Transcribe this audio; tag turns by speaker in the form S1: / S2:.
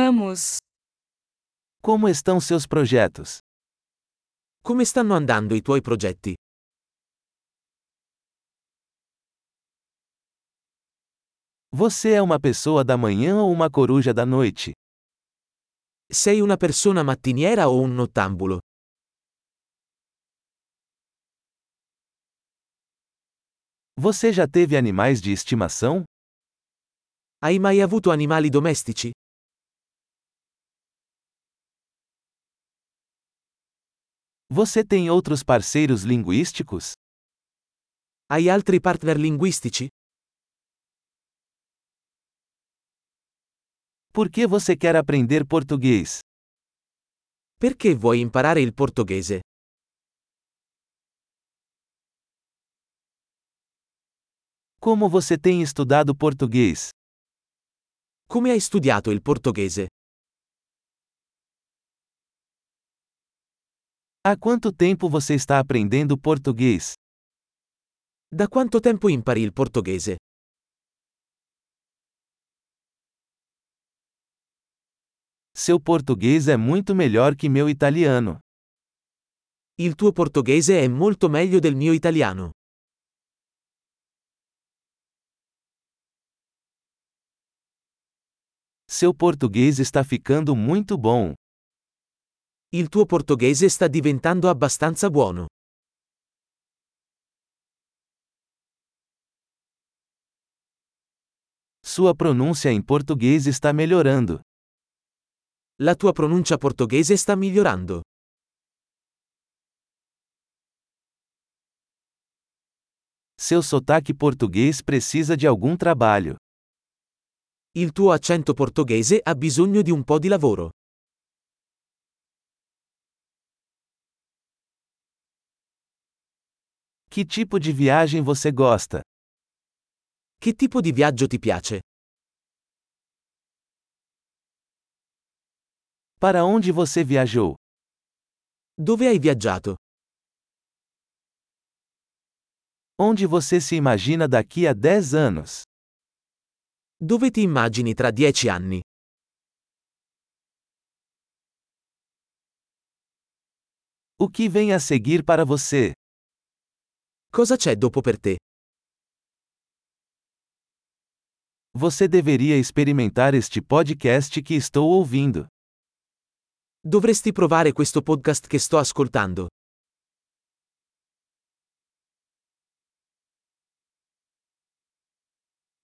S1: Vamos.
S2: Como estão seus projetos?
S3: Come stanno andando i tuoi progetti?
S2: Você é uma pessoa da manhã ou uma coruja da noite?
S3: Sei una persona mattiniera o un nottambulo?
S2: Você já teve animais de estimação?
S3: Hai mai avuto animali domestici?
S2: Você tem outros parceiros linguísticos?
S3: Hai altri partner linguistici?
S2: Por que você quer aprender português?
S3: Perché vuoi imparare il portoghese?
S2: Como você tem estudado português?
S3: Come hai studiato il portoghese?
S2: Há quanto tempo você está aprendendo português?
S3: Da quanto tempo impari il portoghese?
S2: Seu português é muito melhor que meu italiano.
S3: Il tuo portoghese è molto meglio del mio italiano.
S2: Seu português está ficando muito bom.
S3: Il tuo portoghese sta diventando abbastanza buono.
S2: Sua pronúncia em português está melhorando.
S3: La tua pronuncia portoghese sta migliorando.
S2: Seu sotaque português precisa de algum trabalho.
S3: Il tuo accento portoghese ha bisogno di un po' di lavoro.
S2: Que tipo de viagem você gosta?
S3: Che tipo di viaggio ti piace?
S2: Para onde você viajou?
S3: Dove hai viaggiato?
S2: Onde você se imagina daqui a 10 anos?
S3: Dove ti immagini tra dieci anni?
S2: O que vem a seguir para você?
S3: Cosa c'è dopo per te?
S2: Você deveria experimentar este podcast que estou ouvindo.
S3: Dovresti provare questo podcast che sto ascoltando.